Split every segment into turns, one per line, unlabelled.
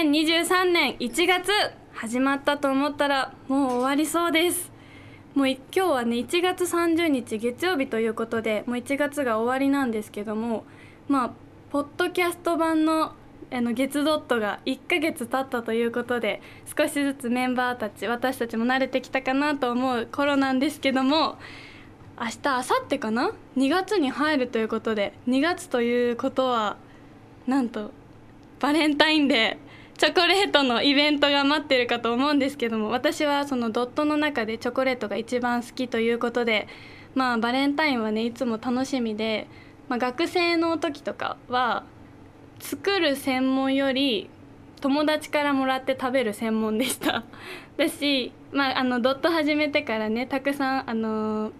2023年1月始まったと思ったらもう終わりそうですもうい今日はね1月30日月曜日ということでもう1月が終わりなんですけどもまあポッドキャスト版のあの月ドットが1ヶ月経ったということで少しずつメンバーたち私たちも慣れてきたかなと思う頃なんですけども明日明後日かな2月に入るということで2月ということはなんとバレンタインデーチョコレートのイベントが待ってるかと思うんですけども私はそのドットの中でチョコレートが一番好きということでまあバレンタインはねいつも楽しみで、まあ、学生の時とかは作る専門より友達からもらって食べる専門でした だし、まあ、あのドット始めてからねたくさんあのー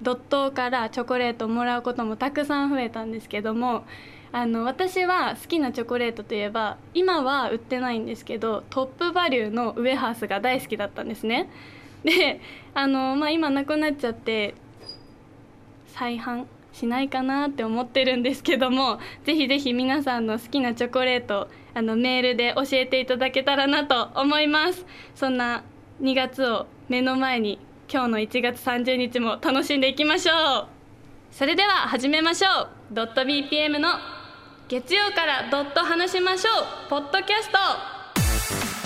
ドットからチョコレートをもらうこともたくさん増えたんですけどもあの私は好きなチョコレートといえば今は売ってないんですけどトップバリューのウエハースが大好きだったんですねであの、まあ、今なくなっちゃって再販しないかなって思ってるんですけどもぜひぜひ皆さんの好きなチョコレートあのメールで教えていただけたらなと思いますそんな2月を目の前に今日の1月30日も楽しんでいきましょうそれでは始めましょうドット BPM の月曜からドット話しましょうポッドキャスト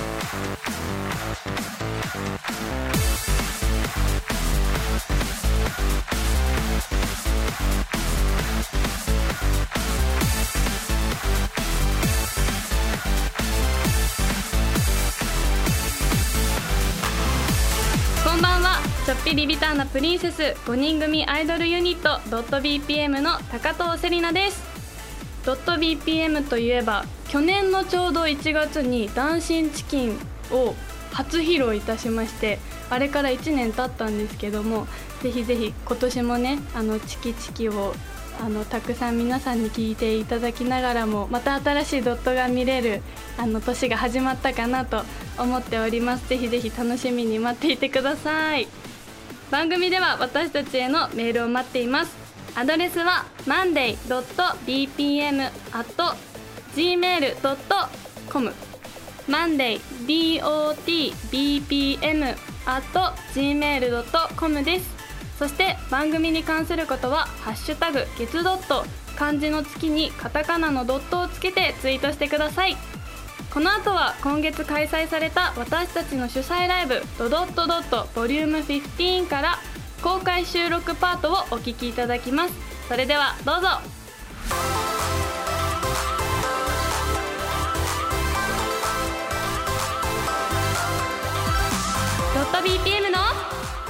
こんばんはちょっぴりビターなプリンセス5人組アイドルユニットドット .bpm の高藤セリナですドット .bpm といえば去年のちょうど1月に「ダンシンチキン」を初披露いたしましてあれから1年経ったんですけどもぜひぜひ今年もねあのチキチキをあのたくさん皆さんに聞いていただきながらもまた新しいドットが見れるあの年が始まったかなと思っておりますぜひぜひ楽しみに待っていてください番組では私たちへのメールを待っていますアドレスは monday.bpm.gmail.com monday.dotbpm.gmail.com ですそして番組に関することは「ハッシュタグ月ドット」漢字の月にカタカナのドットをつけてツイートしてくださいこの後は今月開催された私たちの主催ライブ「ドドットドットボリューム15から公開収録パートをお聞きいただきますそれではどうぞドット BPM の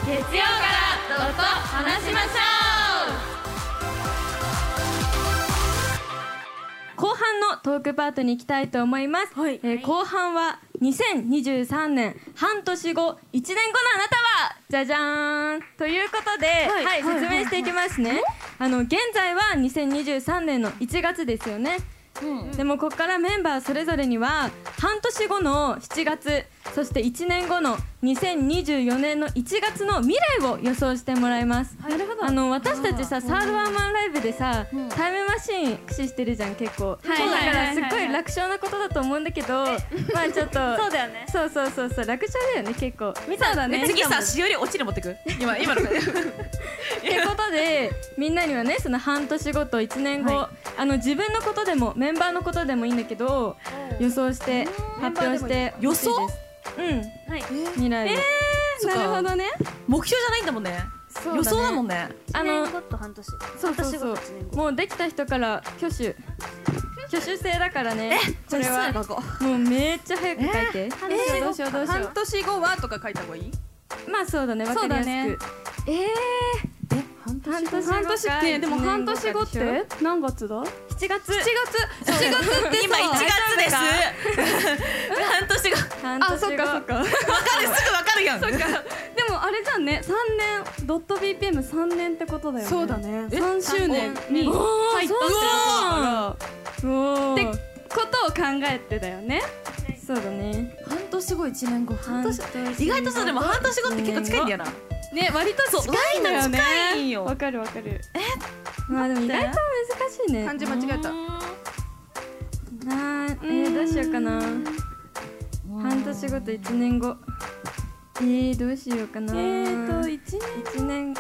月曜からドット話しまし
後半のトークパートに行きたいと思います、
はい
えー後半は2023年半年後1年後のあなたはじゃじゃーんということで、はい
はい
説明していきますね、あの現在は2023年の1月ですよねでもここからメンバーそれぞれには半年後の7月そして1年後の2024年の1月の未来を予想してもらいます
なるほ
あの私たちさサールワンマンライブでさ、
うん
タイムマシーン駆使してるじゃん結構、
はい
だか
は
ら
い
すっごい楽勝なことだと思うんだけど、まあちょっと
そうだよね
そうそうそうそう楽勝だよね結構見
そうだね
次さしおり落ちる持ってく今今の
ってことでみんなにはねその半年後と1年後、
は
あの自分のことでもメンバーのことでもいいんだけど予想して発表して
予想
ほしいですうん、
はい
未来を、
そっか
どね
目標じゃないんだもんね
そうだね
予想だもんね
あ
あ
の
の年後と半年
そうそうそう
半年後と一年後
もうできた人から挙手挙手制だからねこれは
こう
もうめっちゃ早く書いて、
えー
どうしようどうしようどうし
半年
よ
後はとか書いた方がいいう
まあそうだねわかりやすく、え
半
ー、半年
半年ってでも半
一
年
年
後
か
っ
でしょ
て何月だ
7月
7月って今1月です半年後
半
あそっかそっか
わかるすぐわかるやん
でもあれじゃんね三年ドット BPM 三年ってことだよね
そうだね
え三周年に
おー
入ったってことだか
うお
ら
ー
ってことを考えてだよね
そうだね
半年後1年後
半年
意外とそうでも半年後って結構近いんだよな
ね割と
そう
近いんだよね
近いんよ
わかるわかる
まあでも意外と難しいね
間違えた
なえー、どうしようかな半年後と1年後えー、どうしようかな
えーと一年
1年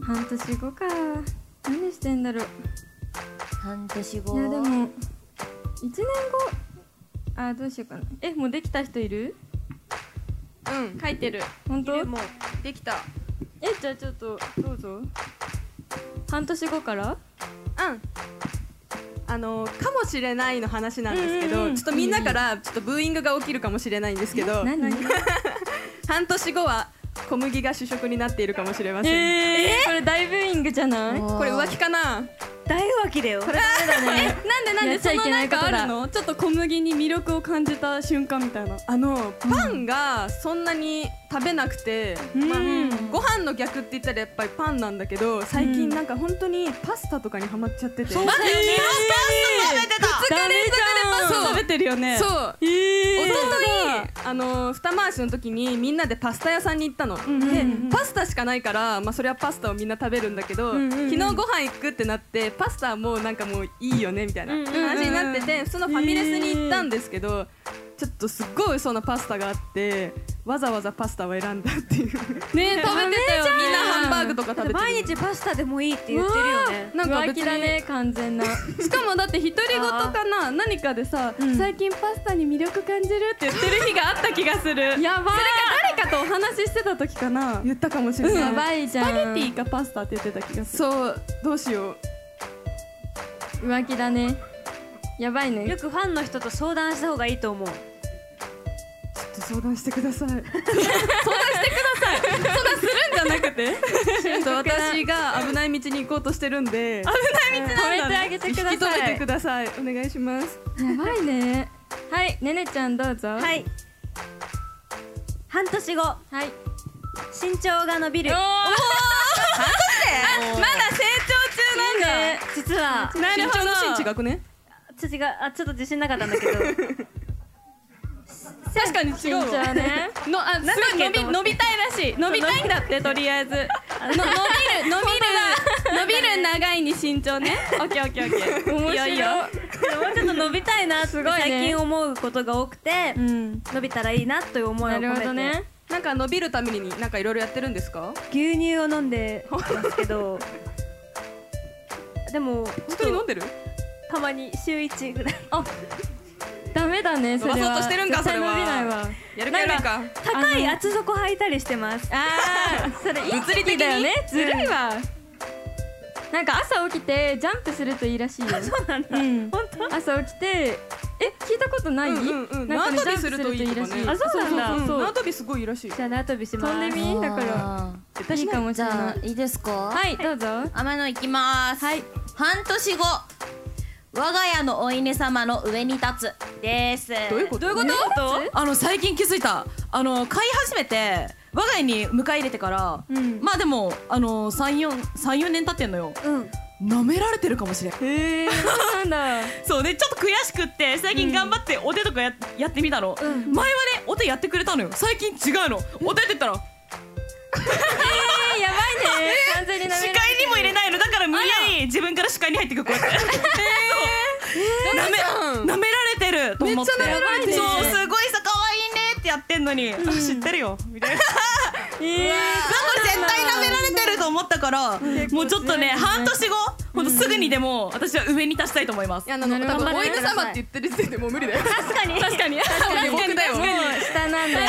半年後か何してんだろう
半年後
いやでも1年後あどうしようかなえもうできた人いる
うん
書いてる本当
でもできた
えじゃあちょっとどうぞ半年後から
うんあのかもしれないの話なんですけど、
うんうんうん
ちょっとみんなからちょっとブーイングが起きるかもしれないんですけど
何
半年後は小麦が主食になっているかもしれま
えー、
せん、
これ大ブーイングじゃない
おー
これ浮気かな
大浮気だよ
なんでなん
や
で
っちゃ
そ
い
の
けな
ないん
こと
か
だ
あるのちょっと小麦に魅力を感じた瞬間みたいなあのパンがそんなに食べなくて、まあご飯の逆って言ったらやっぱりパンなんだけど最近なんか本当にパスタとかにハマっちゃって
待っ
て、
てよパスタ食べてた
ダメ
パスタ食べてるよねそう一昨
え
日あの二回しの時にみんなでパスタ屋さんに行ったの、でパスタしかないから、まあ、それはパスタをみんな食べるんだけど、
んうんうん
昨日ご飯行くってなってパスタはもうなんかもういいよねみたいな話になってて、そのファミレスに行ったんですけど、ちょっとすっごいそのパスタがあってわざわざパスタを選んだっていう
ね食べてたよ
みんなハンバーグとか食べてる
毎日パスタでもいいって言ってるよね
なんか
浮
別
気
に
だね完全なえ
しかもだって独り言かな何かでさ、
ん
最近パスタに魅力感じるって言ってる日があった気がするやばいそれか誰かとお話ししてた時かな言ったかもしれない、
やばいじゃん
スパゲティかパスタって言ってた気がするそうどうしよう
浮気だねやばいね
よくファンの人と相談した方がいいと思う
ちょっと相談してください相談してください相談するんじゃなくてちょっと私が危ない道に行こうとしてるんで危ない道
なんだね止めてあげてください
引き止めてくださいお願いします
やばいねはいねねちゃんどうぞ
はい半年後
はい
身長が伸びる
まだ成長
ね
実は
なるほど身長の身違くね
ちょっと違うあちょっと自信なかったん だけど
確かに違う
身長ね
のあす
だっけ
ごい伸び
と思って
伸びたいらしい伸びたいんだってとりあ えずの伸 びる伸びる伸びる長いに身長ねオッケーオッケーオッケー面
白い
いよ
でももうちょっと伸びたいなって
ごいね
最近思うことが多くて、
うん
伸びたらいいなという思いを
な
込めて
るほどね
なんか伸びるためになんかいろいろやってるんですか
牛乳を飲んでますけ どでも
本当に飲んでる
たまに週一ぐらい
ダメだねそれは
伸ばそうとしてるんか
絶対
それは
伸びないわ
やるかやらんか
高い厚底履いたりしてます
あ ーそれ
物理的
だよ
に
ね
ずるいわ
なんか朝起きてジャンプするといいらしいよ
そうなんだ、
うん
本当
朝起きてえ聞いたことない
うんうんうん
なんかね
縄跳びするといいとかね
ジャンプするといいらしい
あそうなんだ
そうそうそう
縄跳びすごいいいらしい
じゃあ縄跳びします
飛んでみだからいいかもし
じ
れ
ゃ
な
あ
い
いいですか
はいどうぞ
天野いきます
はい
半年後我が家のお稲様の上に立つです
どういうこと
どういうことあの最近気づいたあの買い始めて我が家に迎え入れてから、
ん
まあでもあの34年経ってんのよ
うん
舐められてるかもしれん
へえそう なんだ
そうねちょっと悔しくって最近頑張ってお手とかや,、やってみたの、前はねお手やってくれたのよ最近違うのお手って言ったら
えやばいね完全に舐めら
視
れ
界にも入れないのだから無理やり自分から視界に入っていくこうや って、そう舐め舐められてると思って
めっちゃ舐められてる
そうすごいさ可愛いねってやってんのに、あ知ってるよみたい
え
ななんか 絶対舐められてると思ったから、もうちょっとね半年後ほんとすぐにでも私は上に立ちたいと思います、
いやあの多分お犬様って言ってる時点でもう無理だよ
確かに確かに確かに
僕だよ
本
ー下なんだよね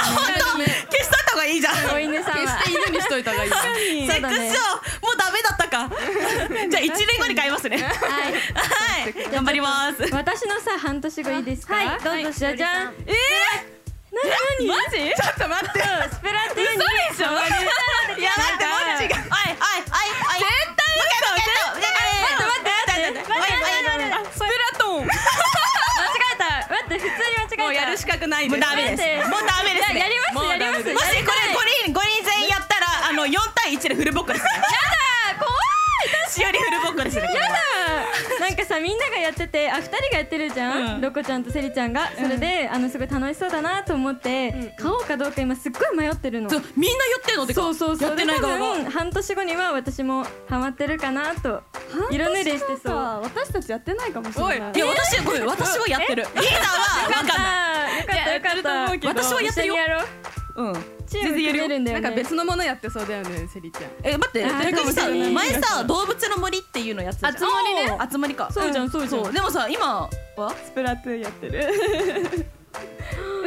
当消しといた方がいいじゃん
お犬さん
決
は
して犬にしといた方がいい
さあ、くっしょもうダメだったか じゃあ1年後に買いますね
はい
はい頑張ります
私のさ半年後いいですか
はいどうぞ
じゃじゃん
ええー、なマジ
ちょっと待っ
スプラト
て
ゥーン
嘘でしょいや待ってマジ違うはいはいはいはい絶対嘘待って待って待って待って待って
スプラトン
間違えた待って普通に間違えた
もうやる資格ないで
も
す
うダメですもうダメですね
ややります
もうダメ
やります
もしこれ5人5人全員やったらあの4対1でフルボッコですねやだ怖いしおりフルボッコですね
なんかさみんながやっててあ二人がやってるじゃん、
うん
ロコちゃんとセリちゃんがそれで、あのすごい楽しそうだなと思って、買おうかどうか今すっごい迷ってるの
そうみんなやってんのってか
そうそうそう
やってない側
で多
が
分半年後には私もハマってるかなと色塗りしてそう
か私たちやってないかもしれない
いや私ごめん私はやってるリーダーはわかんない
よかったよかった
けど私はやってるよ
一緒にやろう
うん
チーム組めるんだよ
なん
ね
か別のものやってそうだよねセリちゃん
え待って
あー
逆にさ
そうだね
前さ動物の森っていうのやってたじゃ
集
ん
まりね
おー集まりか
そうじゃんそうじゃん
そうでもさ今は
スプラトゥーンやってる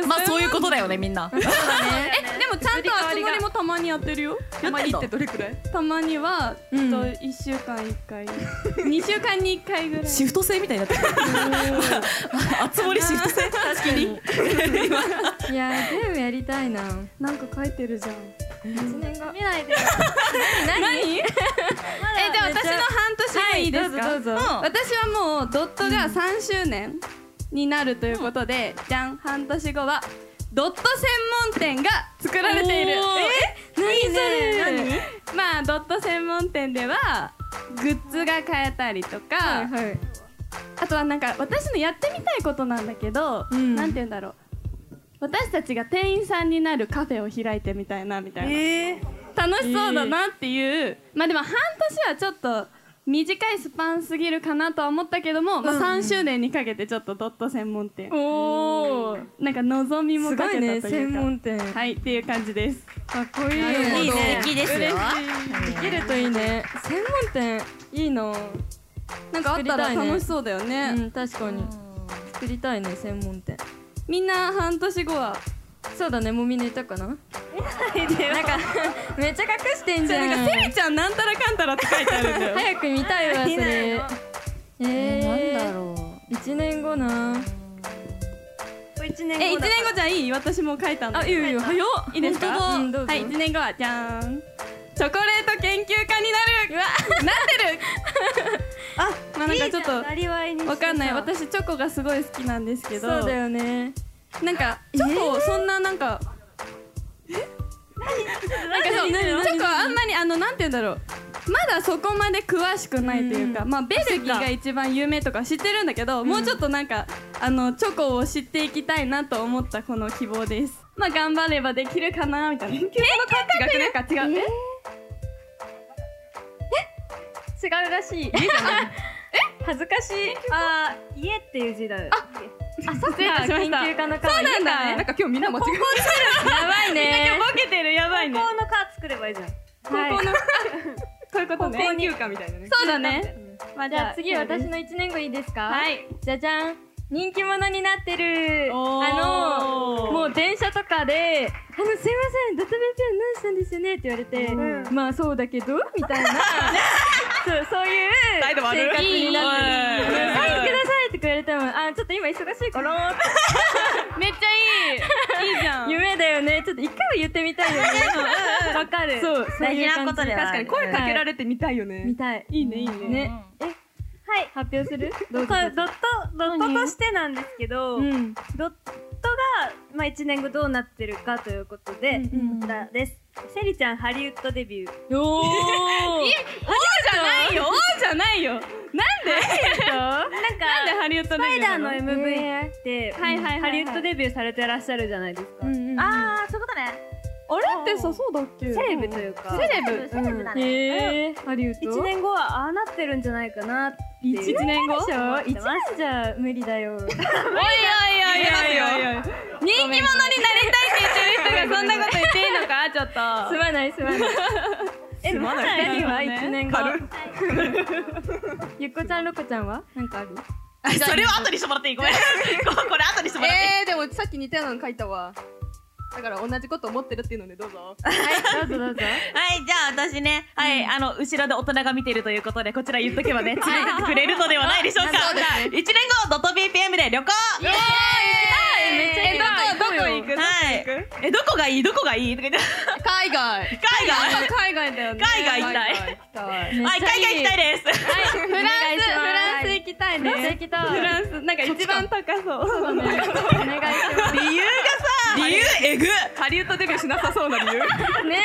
まあそういうことだよねみんな
えでもちゃんとあつ森もたまにやってるよ
たまにって
どれくらいたまには、えっと1週間1回2 週間に1回ぐらい
シフト制みたいになってるあつ森シフト制確かに
いやーゲームやりたいな
なんか書いてるじゃん
1年後
見ないでよ
何
えでも私の半年もいいですか、
どうぞどうぞ
私はもうドットが3周年になるということで、じゃん半年後はドット専門店が作られている
おー
え何
何
それまあドット専門店ではグッズが買えたりとか、
はいはい
あとはなんか私のやってみたいことなんだけど、
うん
なんて言うんだろう私たちが店員さんになるカフェを開いてみたいなみたいな、楽しそうだなっていう、まあでも半年はちょっと短いスパンすぎるかなとは思ったけども、まあ、3周年にかけてちょっとドット専門店、
おお
なんか望みも
す
か
ご
け
い
たとい
ね
うか
専門店
はいっていう感じです
かっこいい
いいね
素敵ですよ
できるといいね専門店いいな
なんかあったら楽しそうだよね
うん確かに作りたいね専門店
みんな半年後は
そうだねもみ寝たかななんか めっちゃ隠してんじゃん
なんかセリちゃんなんたらかんたらって書いてあるんだよ
早く見たいわそれえー、
なんだろ
1年後な
一年後
え、一
だ
年後じゃいい私も書いたの
あいいよいいよ早っ
いいですか
うんどうぞ
はい、一年後はじゃーんチョコレート研究家になるうわなってるあ、まあなんかちょっと
なりわいにしてさ
わかんない私チョコがすごい好きなんですけど
そうだよね
なんかチョコそんななんかえなんかそうチョコあんまりあのなんて言うんだろうまだそこまで詳しくないというか、まあベルギーが一番有名とか知ってるんだけど、もうちょっとなんかあのチョコを知っていきたいなと思ったこの希望ですまあ頑張ればできるかなみたいな研究家の違くないか違うえ
違うらしいえ恥ずかしいあー家っていう字だあ
失礼いたしました
研究家の
そうなんだ、
ね
なんか今日みんな間違え
やばい
てる
ね
今日ボケてるやばいね
高校のカ作ればいいじゃん
高校の、あこういうことね
高校
研究家みたいなねそうだねまあ
じゃあ次私の1年後いいですか
はい
じゃじゃん人気者になってる
おー
あのもう電車とかで「あのすいませんドトベピアン何したんですよね」って言われて「まあそうだけど」みたい なそうそういう
態度悪い
生活になってる「サ
おい
インください」って言われても「あちょっと今忙しいから」って
めっち ゃいいいいじゃん
夢だよねちょっと一回は言ってみたいよね わかるそう
大事なことだよ
そういう感じ
確かに
声かけら
れ
れてみたいよね
みたい
いいねいいね
ね
はい
発表する
これドットドットとしてなんですけど、
うん
ドットが、まあ、1年後どうなってるかということで、こちらですセリちゃんハリウッドデビュ ー
おー
じゃないよじゃないよなんで
なんか
なんでハリウッド
スパイダーの
デビューな
MV って、
はいはいはいはい
ハリウッドデビューされてらっしゃるじゃないですか、
あーそういうことね
あれってさそうだっけ
セレブというか
セレブ
セレブだね
へえハリウッド
1年後はああなってるんじゃないかなっていう
一年後
でしょ一年じゃ無理だよ
おいおいおいおいおいおい人気者になりたいって言ってる人がそんなこと言っていいのかちょっ
す
と
まないすまないえ
まない
な何は
ね
一年後ゆっこちゃんロコちゃんはなんかある
それは後にしてもらっていい ごめんここれ後にしてもらっていい
えー、でもさっき似たようなの書いたわだから同じこと思ってるっていうのでどうぞ
はいどうぞどうぞ
はい、じゃあ私ね、はい、あの、後ろで大人が見ているということで、こちら言っとけばね、連れてってくれるのではないでしょうか。一年後、ドット BPM で旅行
めっちゃいいよ
行く
はい。え、どこがいいどこがいいとか言って、
海外
海外
海外だよね
海外行きたい
海外行きたい
はい、海外行きたいです。
フランス、フランス
ス
行きたい
フランス
ね。
行きた
フ
い
ランス、なんか一番高そう。
お願いします
理 由がさ、理由えぐ
ハリウッドデビューしなさそうな理由。
ね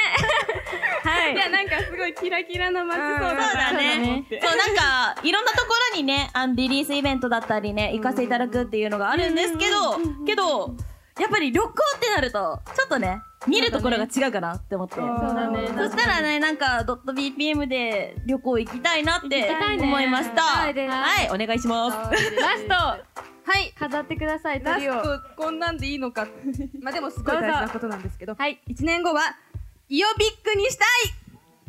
ははい
いやなんかすごいキラキラな街そうだ
そうだね。そう、なんか、いろんなところにね、あの、リリースイベントだったりね、行かせていただくっていうのがあるんですけど、けど、やっぱり旅行ってなると、ちょっとね、見るところが違うかなって思って。そ
そうだね
したらね、なんか、ドット BPM で旅行行きたいなって
たいね
思いました。
行きたいです
はい、お願いします。
ラストはい飾ってください
ラ
トリを
ストこんなんでいいのか まあでもすごい大事なことなんですけど
はい
1年後はイオビックにしたい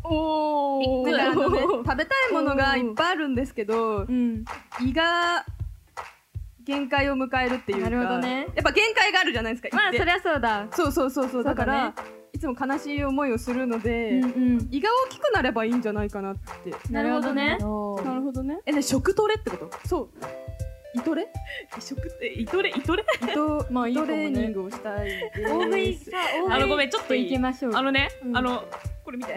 お
だからあのね食べたいものがいっぱいあるんですけど
うん
胃が限界を迎えるっていうか
なるほどね
やっぱ限界があるじゃないですか
まあ
胃って
そりゃそうだ
そうそうそうそう
そうだ
だ
ね
からいつも悲しい思いをするので、
うん
胃が大きくなればいいんじゃないかなって
なるほどね
なるほどねえね食トレってことそう胃トレ
食って、イトレ、イトレ
胃と、まあ、
いいかも
トレ
ね
ーニングをしたいです
大食いさ大
あの、ご
食い
めん、ちょっとい
行き
い
ましょう
あのね、あの、これ見て。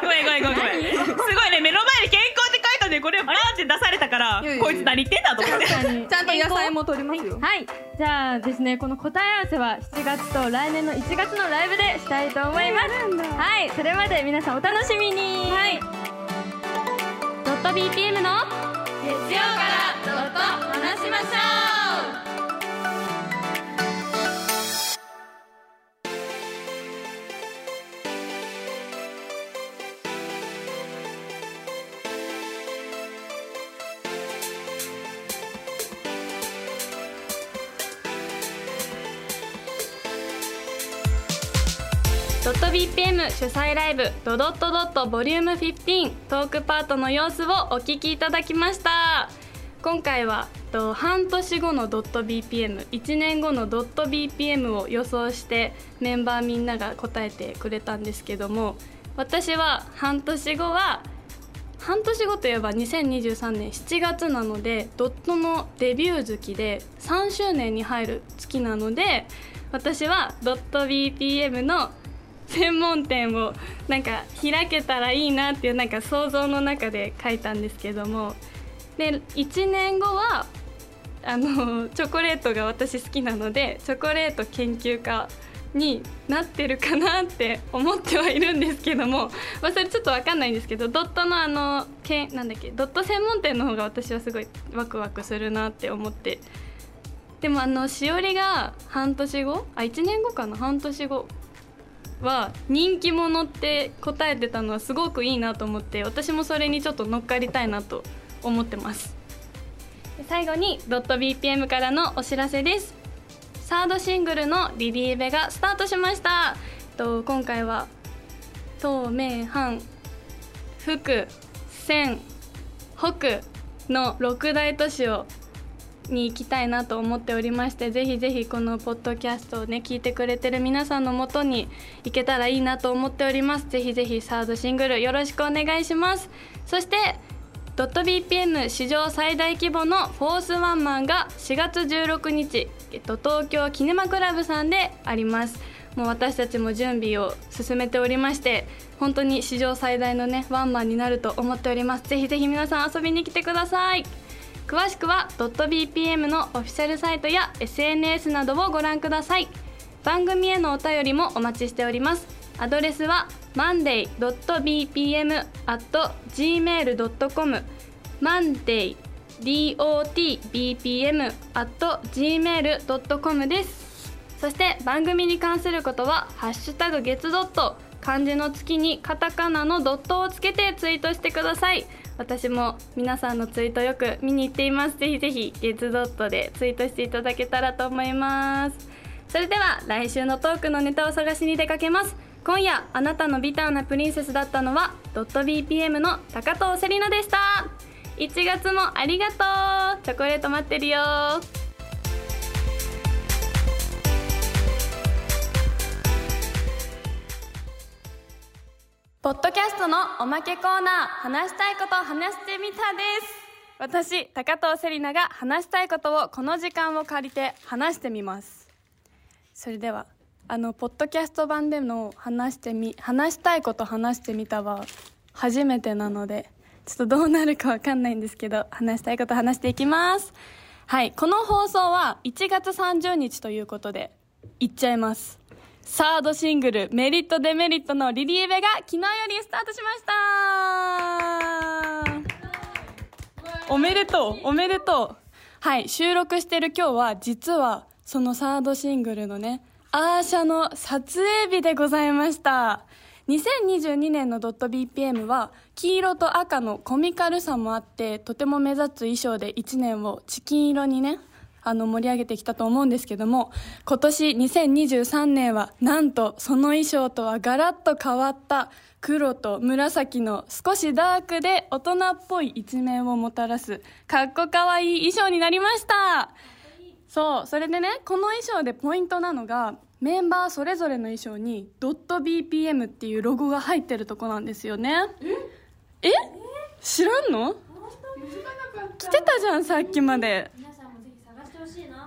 ごめんごめんごめんごめん。すごいね、目の前に健康って書いたんで、これバーンって出されたから
いやいやい、や
こいつ何言ってんだと思って。
確かに
ちゃんと野菜も取りますよ
はい、じゃあですね、この答え合わせは7月と来年の1月のライブでしたいと思います。はい、それまで皆さんお楽しみに。はい。ドット BPM の月曜からドット話しましょう。
ドット BPM 主催ライブドドットドットボリューム15トークパートの様子をお聞きいただきました今回はと半年後のドット BPM1 年後のドット BPM を予想してメンバーみんなが答えてくれたんですけども私は半年後は半年後といえば2023年7月なのでドットのデビュー月で3周年に入る月なので私はドット BPM の専門店をなんか開けたらいいなっていうなんか想像の中で書いたんですけどもで1年後はあのチョコレートが私好きなのでチョコレート研究家になってるかなって思ってはいるんですけども、まあ、それちょっとわかんないんですけどドットのあのけんなんだっけドット専門店の方が私はすごいワクワクするなって思ってでもあのしおりが半年後あ1年後かな半年後は人気者って答えてたのはすごくいいなと思って私もそれにちょっと乗っかりたいなと思ってますで最後に .bpm からのお知らせですサードシングルのリリーベがスタートしましたと今回は東名阪福仙北の6大都市をに行きたいなと思っておりましてぜひぜひこのポッドキャストをね聞いてくれてる皆さんのもとに行けたらいいなと思っておりますぜひぜひサードシングルよろしくお願いしますそしてドット .bpm 史上最大規模のフォースワンマンが4月16日、えっと、東京キネマクラブさんでありますもう私たちも準備を進めておりまして本当に史上最大のねワンマンになると思っておりますぜひぜひ皆さん遊びに来てください詳しくは .bpm のオフィシャルサイトや SNS などをご覧ください番組へのお便りもお待ちしておりますアドレスは monday.bpm.gmail.com monday.dotbpm.gmail.com ですそして番組に関することは「ハッシュタグ月ドット」漢字の月にカタカナのドットをつけてツイートしてください私も皆さんのツイートよく見に行っていますぜひぜひ月ドットでツイートしていただけたらと思いますそれでは来週のトークのネタを探しに出かけます今夜あなたのビターなプリンセスだったのはドット .bpm の高藤セリナでした1月もありがとうチョコレート待ってるよポッドキャストのおまけコーナー話したいことを話してみたです私高藤セリナが話したいことをこの時間を借りて話してみますそれではあのポッドキャスト版での話してみ話したいこと話してみたは初めてなのでちょっとどうなるかわかんないんですけど話したいこと話していきますはいこの放送は1月30日ということでいっちゃいますサードシングル「メリット・デメリット」のリリーベが昨日よりスタートしましたおめでとうおめでとうはい収録してる今日は実はそのサードシングルのね「アーシャ」の撮影日でございました2022年の .bpm は黄色と赤のコミカルさもあってとても目立つ衣装で1年をチキン色にねあの盛り上げてきたと思うんですけども今年2023年はなんとその衣装とはガラッと変わった黒と紫の少しダークで大人っぽい一面をもたらすかっこかわいい衣装になりましたそうそれでねこの衣装でポイントなのがメンバーそれぞれの衣装に「.bpm」っていうロゴが入ってるとこなんですよねえ知らんの来てたじゃんさっきまで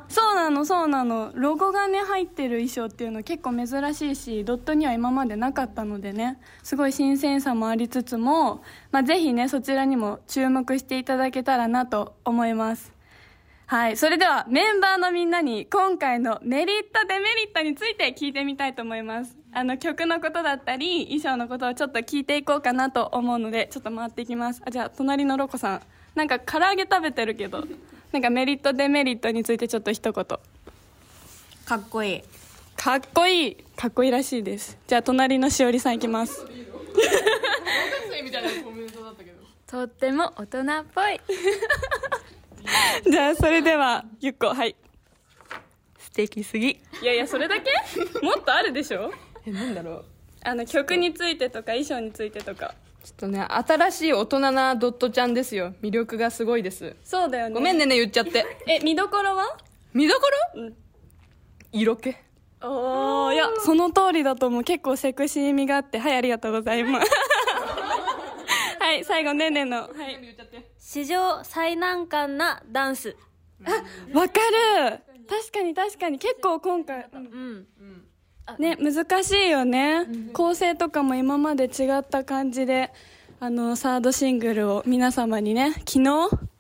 そうなのそうなのロゴがね入ってる衣装っていうの結構珍しいしドットには今までなかったのでねすごい新鮮さもありつつも、まあ、ぜひねそちらにも注目していただけたらなと思いますはいそれではメンバーのみんなに今回のメリットデメリットについて聞いてみたいと思いますあの曲のことだったり衣装のことをちょっと聞いていこうかなと思うのでちょっと回っていきますあじゃあ隣のロコさんなんか唐揚げ食べてるけどなんかメリットデメリットについてちょっと一言
かっこいい
かっこいいかっこいいらしいですじゃあ隣のしおりさんいきます
とっても大人っぽい
じゃあそれではゆっこはい
素敵すぎ
いやいやそれだけもっとあるでしょ
えなんだろう
あの曲についてとか衣装についてとか
ちょっとね新しい大人なドットちゃんですよ魅力がすごいです
そうだよね
ごめんねね言っちゃって
え見どころは
見どころ、
うん
色気
おおいやその通りだと思う結構セクシー味があってはいありがとうございます はい最後ねんねんのはい
史上最難関なダンス
わかる確かに確かに結構今回、
うん
ね難しいよね、構成とかも今まで違った感じであのサードシングルを皆様にね昨日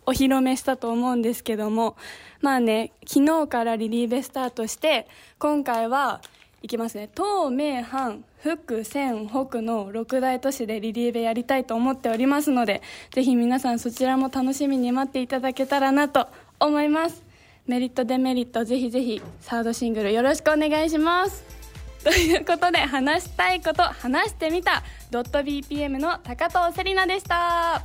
お披露目したと思うんですけどもまあね昨日からリリーベスタートして今回はいきますね東名阪福仙北の6大都市でリリーベやりたいと思っておりますのでぜひ皆さんそちらも楽しみに待っていただけたらなと思いますメリットデメリットぜひぜひサードシングルよろしくお願いしますということで話したいこと話してみた .bpm の高藤セリナでした